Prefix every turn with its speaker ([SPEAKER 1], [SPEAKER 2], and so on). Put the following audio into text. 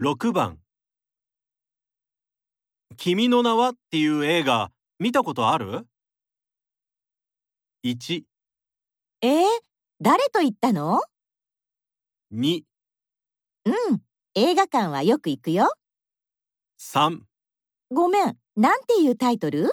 [SPEAKER 1] 6番「君の名は」っていう映画見たことある ?1、
[SPEAKER 2] えー、誰と行ったの
[SPEAKER 1] 2、
[SPEAKER 2] うん、映画館はよく行くよ。
[SPEAKER 1] 3
[SPEAKER 2] ごめん、なんていうタイトル